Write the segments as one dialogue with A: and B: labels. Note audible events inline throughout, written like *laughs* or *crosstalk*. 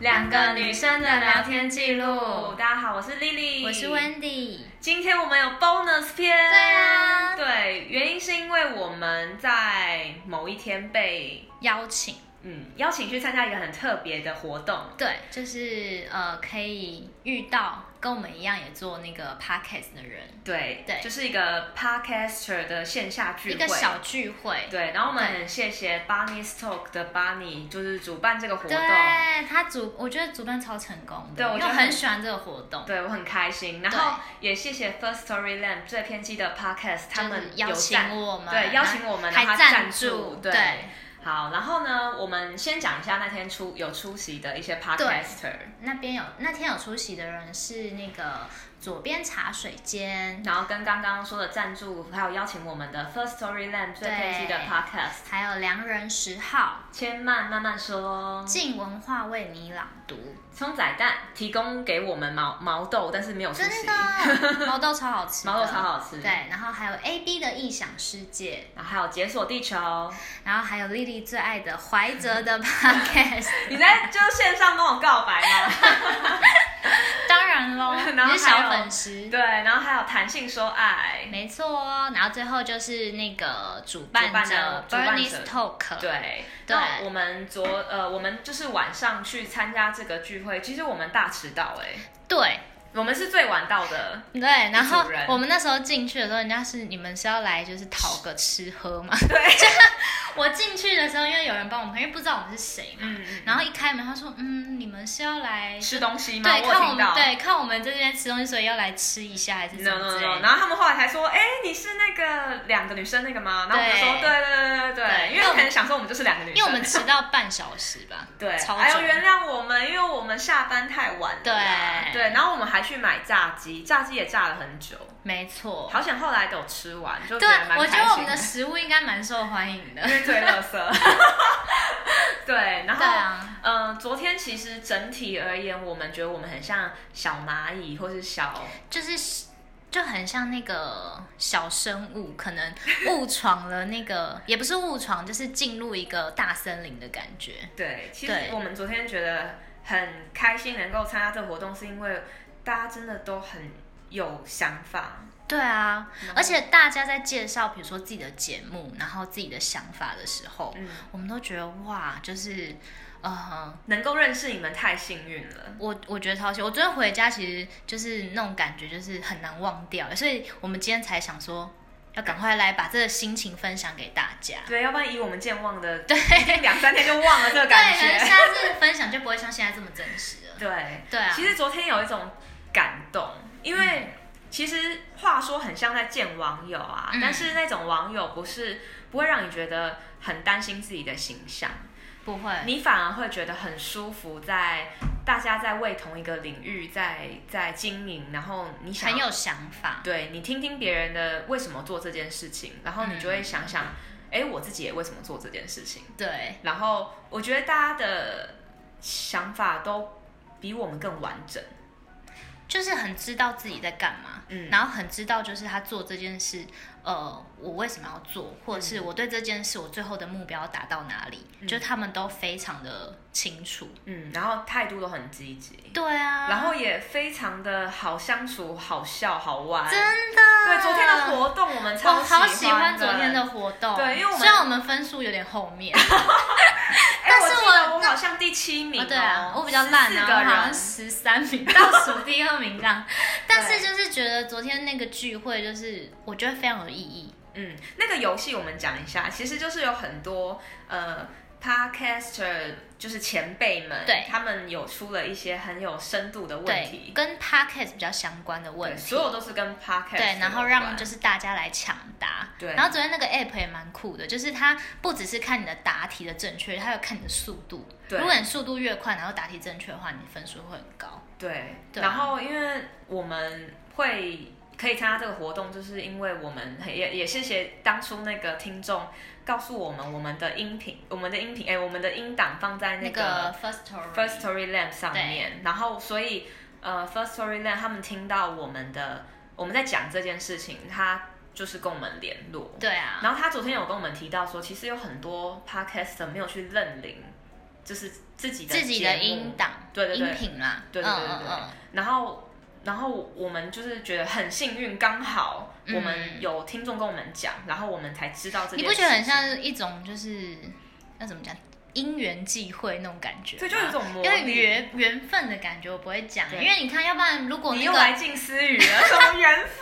A: 两个女生的聊天记录。大家好，我是 Lily，
B: 我是 Wendy。
A: 今天我们有 bonus 篇。
B: 对啊
A: 对，原因是因为我们在某一天被
B: 邀请，
A: 嗯邀请去参加一个很特别的活动。
B: 对，就是呃，可以遇到跟我们一样也做那个 podcast 的人，
A: 对，
B: 对
A: 就是一个 podcaster 的线下聚
B: 一
A: 会。
B: 个小聚会。
A: 对，然后我们
B: 对
A: 很谢谢 Barney Talk 的 Barney，就是主办这个活动。
B: 对他主，我觉得主办超成功的，
A: 对我
B: 因为
A: 觉得
B: 我
A: 很
B: 很喜欢这个活动。
A: 对我很开心，然后也谢谢 First Story Lamp 最偏激的 Podcast，他们
B: 就是
A: 有
B: 邀请
A: 赞
B: 我们，
A: 对邀请我们，然后
B: 还
A: 他
B: 赞
A: 助，
B: 对，
A: 好，然后呢，我们先讲一下那天出有出席的一些 Podcaster，
B: 那边有那天有出席的人是那个左边茶水间，
A: 然后跟刚刚说的赞助，还有邀请我们的 First Story Lamp 最偏激的 Podcast，
B: 还有良人十号，
A: 千慢慢慢说，
B: 静文化为你朗读，
A: 葱仔蛋提供给我们毛毛豆，但是没有出
B: 真
A: 席，
B: 的毛豆超好吃的，
A: 毛豆超好吃
B: 对，然后还有 A B 的异想世界，
A: 然后还有解锁地球，
B: 然后还有丽丽最爱的怀哲
A: *laughs*
B: 的 podcast，
A: 你在就是线上跟我告白吗？
B: *laughs* 当然喽，
A: 然后还有
B: 你是小粉丝，
A: 对，然后还有弹性说爱，
B: 没错哦。然后最后就是那个主办
A: 主办
B: 者
A: 的主办
B: Bernie
A: 者
B: Talk，，
A: 对，
B: 对
A: 那我们昨呃，我们就是晚上去参加这个聚会，其实我们大迟到哎、
B: 对。
A: 我们是最晚到的，
B: 对，然后
A: 组人
B: 我们那时候进去的时候，人家是你们是要来就是讨个吃喝嘛。
A: 对，
B: *laughs* 我进去的时候，因为有人帮我们，因为不知道我们是谁嘛。
A: 嗯，
B: 然后一开门，他说：“嗯，你们是要来
A: 吃东西吗？
B: 对，
A: 有
B: 看我
A: 听
B: 们
A: 到。
B: 对看我们在这边吃东西，所以要来吃一下还是怎
A: No
B: 么
A: no
B: 之
A: no！
B: 类
A: 然
B: 的。
A: 后他们后来才说，哎、你是那个两个女生那个吗？然后我们
B: 对
A: 说，对对对对对，
B: 对
A: 因为可能想说我们就是两个女生，
B: 因为我们迟到半小时吧，
A: *laughs* 对，
B: 超
A: 还有
B: 久
A: 原谅我们，因为我们下班太晚了啦，
B: 对
A: 对，然后我们还去买炸鸡，炸鸡也炸了很久，
B: 没错。
A: 好想后来都有吃完，就
B: 对
A: 觉得，蛮
B: 我
A: 开心
B: 觉得我们的食物应该蛮受欢
A: *laughs*
B: 迎的。
A: 因为最垃圾。
B: *laughs*
A: 对，然后
B: 对啊，
A: 嗯、呃昨天其实整体而言，我们觉得我们很像小蚂蚁或是小，
B: 就是就很像那个小生物，可能误闯了那个，也不是误闯，就是进入一个大森林的感觉。
A: 对，其实
B: 对
A: 我们昨天觉得很开心能够参加这个活动，是因为大家真的都很有想法，
B: 对啊，
A: 然后
B: 而且大家在介绍，比如说自己的节目，然后自己的想法的时候，
A: 嗯，
B: 我们都觉得哇，就是，呃，
A: 能够认识你们太幸运了。
B: 我我觉得超幸运。我昨天回家其实就是那种感觉，就是很难忘掉，所以我们今天才想说，要赶快来把这个心情分享给大家。
A: 对，要不然以我们健忘的，对， *laughs* 两三天就忘了这个
B: 对，
A: 感
B: 可能
A: 觉。
B: 下次分享就不会像现在这么真实了。
A: 对，
B: 对啊，嗯
A: 其实昨天有一种感动，因为其实话说很像在见网友啊，
B: 嗯
A: 但是那种网友不是不会让你觉得很担心自己的形象，
B: 不会，
A: 你反而会觉得很舒服在，大家在为同一个领域在在经营，然后你想
B: 很有想法。
A: 对你听听别人的为什么做这件事情，然后你就会想想，
B: 嗯
A: 哎、我自己也为什么做这件事情。
B: 对，
A: 然后我觉得大家的想法都比我们更完整，
B: 就是很知道自己在干嘛，
A: 嗯
B: 然后很知道就是他做这件事，呃，我为什么要做，或者是
A: 嗯
B: 我对这件事我最后的目标达到哪里，就他们都非常的清楚。
A: 嗯，然后态度都很积极，
B: 对啊，
A: 然后也非常的好相处、好笑、好玩。
B: 真的，
A: 对，昨天的活动我们超
B: 我好喜
A: 喜欢
B: 欢昨天的活动，
A: 对因为我们哦
B: 虽然我们分数有点后
A: *laughs*
B: 面，
A: 哎
B: 但是
A: 我记得
B: 我
A: 我好像第七名、
B: 啊对啊，我比较烂
A: 14
B: 啊，
A: 个
B: 我好像
A: 人，
B: 十三名，倒数第二名这
A: *laughs*
B: 样。但
A: 对
B: 是就是觉得昨天那个聚会，就是我觉得非常有意义。
A: 嗯，那个游戏我们讲一下，其实就是有很多呃。Podcaster 就是前辈们，
B: 对
A: 他们有出了一些很有深度的问
B: 对
A: 题，，
B: 跟 podcast 比较相关的问
A: 对，
B: 题，
A: 所有都是跟 podcast
B: 对，然后让就是是大家来抢答。
A: 对
B: 然后昨天那个 app 也蛮酷的，就是它不只是看你的答题的正确，它有看你的速度。
A: 对
B: 如果你速度越快，然后答题正确的话，你分数会很高。
A: 对，
B: 对啊
A: 然后因为我们会可以参加这个活动，就是因为我们很也也谢谢当初那个听众告诉我们我们的音频，我们的音频哎、我们的音档放在那
B: 那
A: 个
B: 个 first story
A: First Story Lamp 上面，然后所以呃 First Story Lamp 他们听到我们的我们在讲这件事情，他就是跟我们联络。
B: 对啊，
A: 然后他昨天有跟我们提到说，其实有很多 podcast 没有去认领就是自己的
B: 自己的
A: 节目
B: 音档、
A: 对对对
B: 音频啦，
A: 对对对对
B: 嗯
A: 对
B: 嗯
A: 然后，然后我们就是觉得很幸运，刚好我
B: 嗯
A: 们有听众跟我们讲，然后我们才知道这
B: 嗯，
A: 件事。
B: 你不觉得很？像是一种就是那怎么讲因缘际会那种感觉吗？
A: 对，就有一种魔
B: 因为
A: 力。
B: 缘缘分的感觉，我不会讲，因
A: 对
B: 为你看，要不然如果
A: 你
B: 那
A: 又
B: 个
A: 来进思雨了，
B: *laughs*
A: 什么缘分？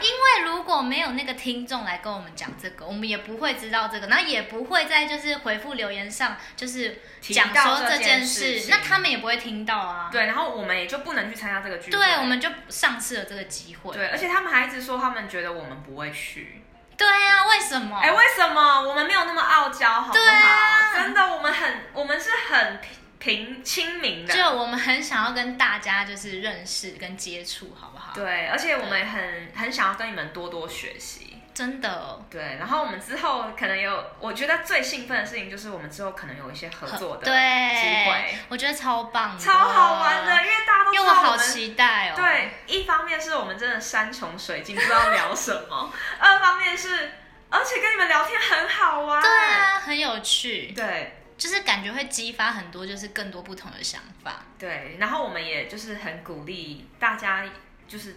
B: 因为如果没有那个听众来跟我们讲这个，我们也不会知道这个，然后也不会在就是回复留言上就是讲
A: 提到
B: 说
A: 这
B: 件
A: 事情，
B: 那他们也不会听到啊。
A: 对，然后我们也就不能去参加这个聚会。
B: 对，我们就丧失了这个机会。
A: 对，而且他们还一直说他们觉得我们不会去。
B: 对啊，为什么？
A: 哎、为什么我们没有那么傲娇，好不好？
B: 对啊
A: 真的，我们很，我们是很平平亲民的。
B: 就我们很想要跟大家就是认识跟接触，好不好？
A: 对，而且我们很很想要跟你们多多学习。
B: 真的
A: 对，然后我们之后可能有，我觉得最兴奋的事情就是我们之后可能有一些合作的
B: 对
A: 机会，
B: 我觉得超棒的，
A: 超好玩的，，因为大家都知
B: 因
A: 道
B: 为我好
A: 们
B: 期待哦。
A: 对，一方面是我们真的山穷水尽，不知道聊什么； *laughs* 二方面是，而且跟你们聊天很好玩。
B: 对啊，很有趣，
A: 对
B: 就是感觉会激发很多，就是更多不同的想法。
A: 对，然后我们也就是很鼓励大家，就是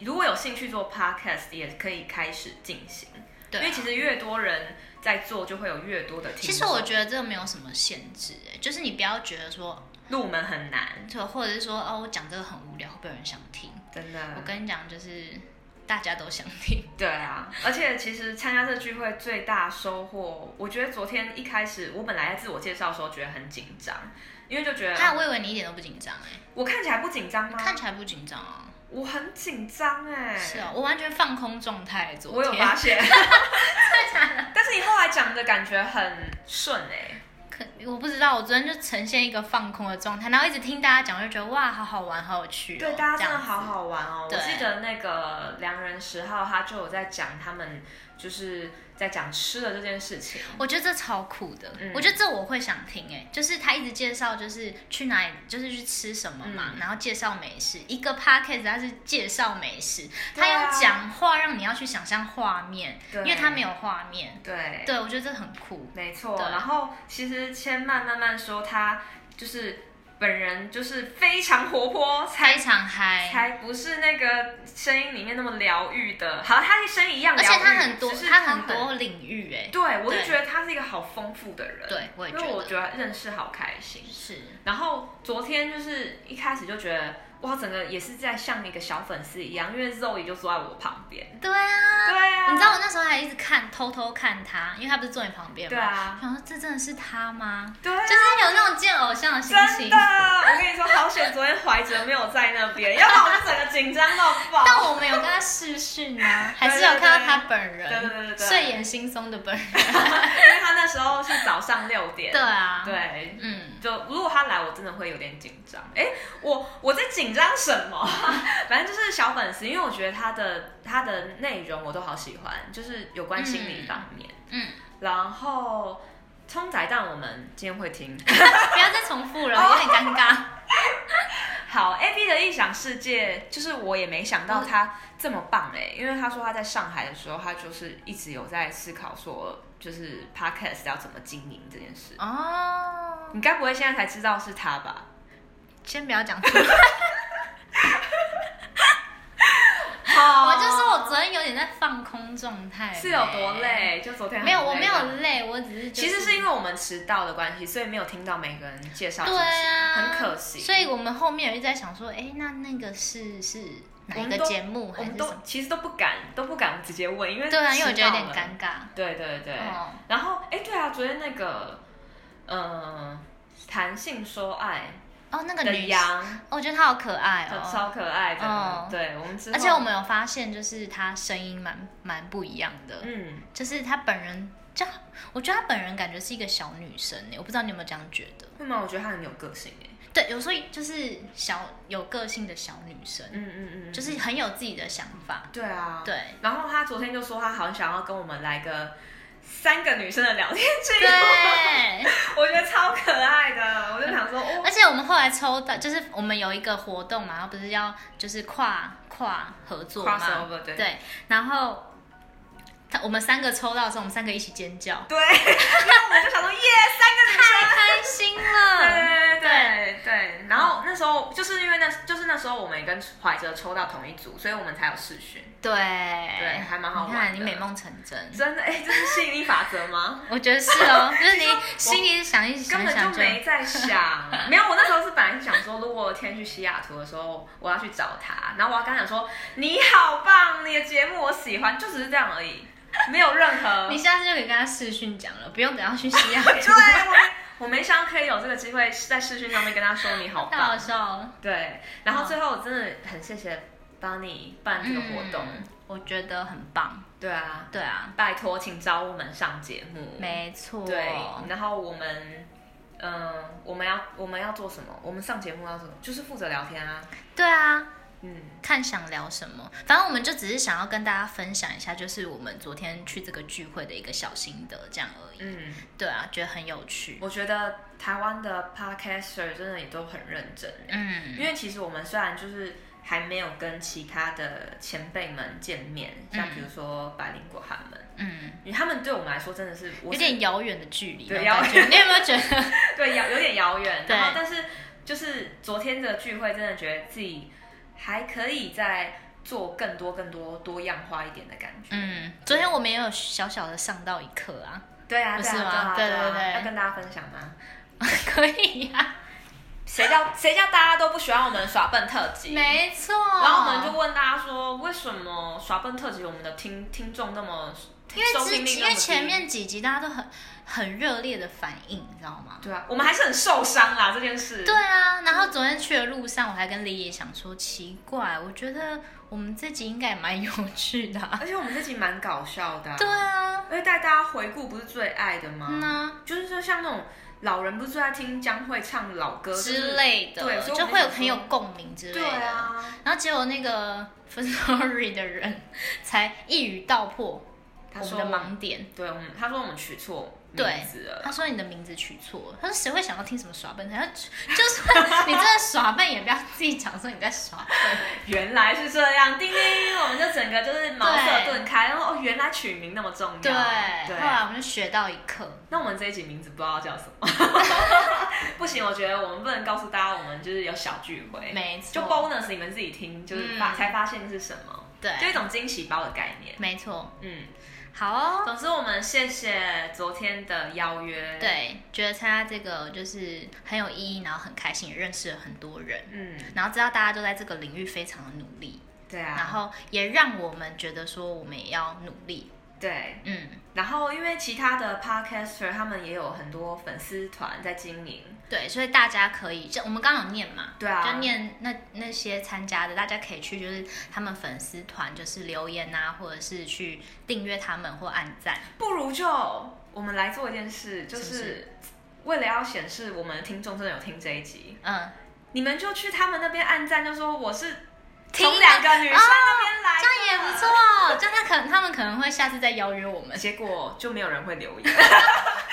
A: 如果有兴趣做 podcast，也可以开始进行，
B: 对啊、
A: 因为其实越多人在做，就会有越多的听
B: 其
A: 众。
B: 实我觉得这没有什么限制、哎，就是你不要觉得说，
A: 入门很难，
B: 就或者是说，哦，我讲这个很无聊，会不会有人想听？
A: 真的。
B: 我跟你讲，就是大家都想听，
A: 对啊，而且其实参加这聚会最大收获，我觉得昨天一开始我本来在自我介绍的时候觉得很紧张，因为就觉得
B: 那我以为你一点都不紧张、哎，
A: 我看起来不紧张吗？
B: 看起来不紧张啊。
A: 我很紧张哎，
B: 是啊，我完全放空状态，昨
A: 我
B: 天
A: 有发现，但是你后来讲的感觉很顺哎，
B: *laughs* 可我不知道，我昨天就呈现一个放空的状态，然后一直听大家讲，就觉得哇，好好玩，好有趣、哦。
A: 对，大家真
B: 这
A: 的
B: 样子
A: 好。好玩哦。我
B: 对
A: 记得那个良人十号他就有在讲他们就是在讲吃的这件事情，
B: 我觉得这超酷的，
A: 嗯
B: 我觉得这我会想听哎、就是他一直介绍就是去哪里，就是去吃什么嘛，
A: 嗯
B: 然后介绍美食。一个 podcast 他是介绍美食，
A: 对
B: 他
A: 啊
B: 用讲话让你要去想象画面，
A: 对
B: 因为他没有画面。
A: 对
B: 对，我觉得这很酷。
A: 没错，
B: 对
A: 然后其实千曼慢慢说，她就是本人就是非常活泼，才
B: 非常嗨，
A: 才不是那个声音里面那么疗愈的。好，她的声音一样
B: 而
A: 疗愈，
B: 且他很多，
A: 只是
B: 他
A: 她
B: 很。多领域哎、
A: 对，我就
B: 对
A: 觉得她是一个好丰富的人。
B: 对我也
A: 因
B: 觉
A: 为我
B: 得
A: 觉得认识好开心。
B: 是。
A: 然后昨天就是一开始就觉得哇，整个也是在像一个小粉丝一样，因为 Zoe 就坐在我旁边。
B: 对啊，
A: 对啊，
B: 你知道我那时候还一直看，偷偷看他，因为他不是坐你旁边
A: 对
B: 吗？
A: 啊，
B: 我想说这真的是他吗？
A: 对啊
B: 就是有那种见偶像的心
A: 真
B: 情
A: 的，。我跟你说，好险昨天怀哲没有在那边，要不然我就整个紧张到
B: *laughs*
A: 爆。
B: 但我们有跟他视讯啊，还是有看到他本人，
A: 对对对对对
B: 睡眼惺忪的本人。
A: 因为他那时候是早上六点，
B: *laughs* 对啊，，
A: 对，
B: 嗯，
A: 就如果他来，我真的会有点紧张。哎，我我在紧张什么？ *laughs* 反正就是小粉丝，因为我觉得他的他的内容我都好喜欢，就是有关心理方面。
B: 嗯嗯
A: 然后冲仔蛋我们今天会听。 *laughs*
B: 不要再重复了，有点尴尬。
A: 好，A B 的异想世界，就是我也没想到他这么棒哎、因为他说他在上海的时候，他就是一直有在思考说，就是 podcast 要怎么经营这件事。
B: 哦，
A: 你该不会现在才知道是他吧？
B: 先不要讲这个，
A: 好
B: 我哦就说我昨天有点在放空状态，
A: 是有多？累，就昨天很
B: 没有，我没有
A: 累。
B: 累，我只是、就
A: 其实是因为我们迟到的关系，所以没有听到每个人介绍自己，
B: 对啊，
A: 很可惜。
B: 所以我们后面有一直在想说，哎，那那个是是哪一
A: 我
B: 个
A: 们都
B: 节目
A: 我
B: 还是
A: 们
B: 什
A: 都
B: 么？
A: 其实都不敢，都不敢直接问，因为
B: 对啊，因为我觉得有
A: 迟
B: 点
A: 到了
B: 尴尬。
A: 对对对，
B: 哦
A: 然后哎，对啊，昨天那个，呃，谈性说爱
B: 哦，那个
A: 的
B: 女，
A: 羊，
B: 哦我觉得她好可爱
A: 很
B: 哦。
A: 超可爱的，
B: 嗯
A: 对我们之后，
B: 而且我们有发现，就是她声音蛮蛮不一样的，
A: 嗯，
B: 就是她本人就，我觉得她本人感觉是一个小女生欸我不知道你有没有这样觉得？
A: 会吗？我觉得他很有个性哎，
B: 对，有时候就是小有个性的小女生，
A: 嗯嗯嗯，
B: 就是很有自己的想法。
A: 对啊，。 *laughs*
B: 对
A: 然后他昨天就说他好想要跟我们来个三个女生的聊天记录，
B: 对，
A: 我觉得超可爱的，我就想说哦，
B: 而且我们后来抽到，就是我们有一个活动嘛，然后不是要就是跨跨合作嘛
A: Crossover，对
B: 然后他我们三个抽到的时候，我们三个一起尖叫， *laughs*
A: 对，然后我们就想说耶，三个女生
B: 太开心了。
A: 对对对对，然后那时候就是因为那，就是那时候我们也跟怀哲抽到同一组，所以我们才有试训。
B: 对，
A: 对
B: 对
A: 还蛮好玩
B: 你
A: 的
B: 看，你美梦成真，
A: 真的，哎，这是吸引力法则吗？
B: 我觉得是
A: *laughs*
B: 哦，就是你心里想一想一
A: 根本
B: 想
A: 就没在想，没有。我那时候是本来是想说，如果我有天去西雅图的时候，我要去找他，然后我要跟他讲说，你好棒，你的节目我喜欢，就只是这样而已，没有任何。
B: 你下次就可以跟他视讯讲了，不用等到去西
A: *laughs*
B: 亚。
A: 对，我没我没想到可以有这个机会在视讯上面跟他说你好
B: 太好
A: 棒。
B: 笑了。
A: 对，
B: 嗯
A: 然后最后我真的很谢谢帮你办这个活动。
B: 嗯我觉得很棒。
A: 对啊，
B: 对啊，
A: 拜托，请找我们上节目。
B: 没错。
A: 对，然后我们，嗯、我们要我们要做什么？我们上节目要做，就是负责聊天啊。
B: 对啊，
A: 嗯，
B: 看想聊什么，反正我们就只是想要跟大家分享一下，就是我们昨天去这个聚会的一个小心得，这样而已。
A: 嗯，
B: 对啊，觉得很有趣。
A: 我觉得台湾的 podcaster 真的也都很认真欸、
B: 嗯
A: 因为其实我们虽然就是还没有跟其他的前辈们见面，像比如说百灵果他们，
B: 嗯，
A: 因为他们对我们来说真的是我
B: 有
A: 是
B: 点遥远的距离，
A: 对
B: 那种感觉你有没有觉得？ *laughs*
A: 对遥有点遥远，
B: 对
A: 然后但是就是昨天的聚会，真的觉得自己还可以再做更多更多多样化一点的感觉。
B: 嗯，昨天我们也有小小的上到一课啊， *laughs*
A: 对啊，
B: 不
A: 对啊
B: 是吗
A: 对啊
B: 对对
A: 啊
B: 对
A: 要跟大家分享吗？
B: 可以啊呀、
A: 谁叫谁叫大家都不喜欢我们耍笨特辑？
B: 没错。
A: 然
B: 然
A: 后我们就问大家说，为什么耍笨特辑我们的听听众那么，因
B: 因为之因为前面几集大家都很很热烈的反应，你知道吗？
A: 对啊，我们还是很受伤啦这件事。
B: 对啊，然后昨天去的路上，我还跟李野想说，奇怪，我觉得我们这集应该也蛮有趣的
A: *laughs*
B: 啊、
A: 而且我们这集蛮搞笑的、啊，
B: 对，啊，
A: 而且带大家回顾不是最爱的吗？
B: 嗯啊
A: 就是说像那种老人不是最爱听江蕙唱老歌
B: 之。类的，
A: 对所以我
B: 就
A: 们
B: 会有
A: 想
B: 很有
A: 说
B: 共鸣之
A: 就
B: 类
A: 是
B: 的。
A: 对。啊，
B: 然后结果那个 f s t o r y 的人才一语道破
A: 他
B: 我们的
A: 说
B: 盲点。
A: 对，我们他说我们取错名
B: 对
A: 字了，
B: 他说你的名字取错了，他说谁会想要听什么耍笨？ *laughs* 他说就算你真的耍笨，也不要自己讲说你在耍笨。
A: 原来是这样，叮叮，我们就整个就是茅塞
B: 对
A: 顿开，然后哦，原来取名那么重要。
B: 对，后来
A: *laughs* 对，
B: 我们就学到一课。
A: 那我们这一集名字不知道叫什么， *laughs* 不行，我觉得我们不能告诉大家我们就是有小聚会，
B: 没错
A: 哎就 bonus 你们自己听，就是发、
B: 嗯
A: 才发现是什么，
B: 对，
A: 就一种惊喜包的概念。
B: 没错。
A: 嗯，
B: 好哦。
A: 总之我们谢谢昨天的邀约，，
B: 对，觉得参加这个就是很有意义，然后很开心，也认识了很多人，
A: 嗯，
B: 然后知道大家都在这个领域非常的努力，
A: 对
B: 然
A: 啊，
B: 后也让我们觉得说我们也要努力。
A: 对，
B: 嗯，
A: 然后因为其他的 podcaster 他们也有很多粉丝团在经营，
B: 对，所以大家可以，就我们刚刚有念嘛，
A: 对啊
B: 就念那那些参加的，大家可以去就是他们粉丝团，就是留言啊，或者是去订阅他们或按赞。
A: 不如就我们来做一件事，就是
B: 不是
A: 为了要显示我们的听众真的有听这一集，
B: 嗯，
A: 你们就去他们那边按赞，就说我是
B: 听哦
A: 从两个女生那边来、
B: 这样也不错。，这样他可能他们可能会下次再邀约我们。
A: 结果就没有人会留言， *laughs*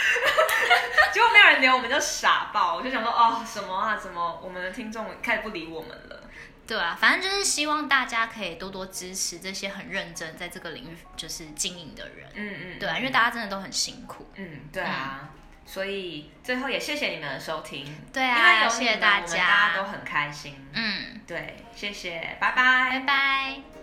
A: 结果没有人留，我们就傻爆，我就想说哦什么啊，怎么我们的听众开始不理我们了？
B: 对啊，反正就是希望大家可以多多支持这些很认真在这个领域就是经营的人。
A: 嗯嗯，
B: 对啊，因为大家真的都很辛苦。
A: 嗯对啊。所以最后也谢谢你们的收听，
B: 对
A: 因为有你
B: 啊，
A: 们
B: 谢谢大
A: 我们大家都
B: 家。
A: 很开心。
B: 嗯，
A: 对，谢谢，拜拜
B: 拜。拜。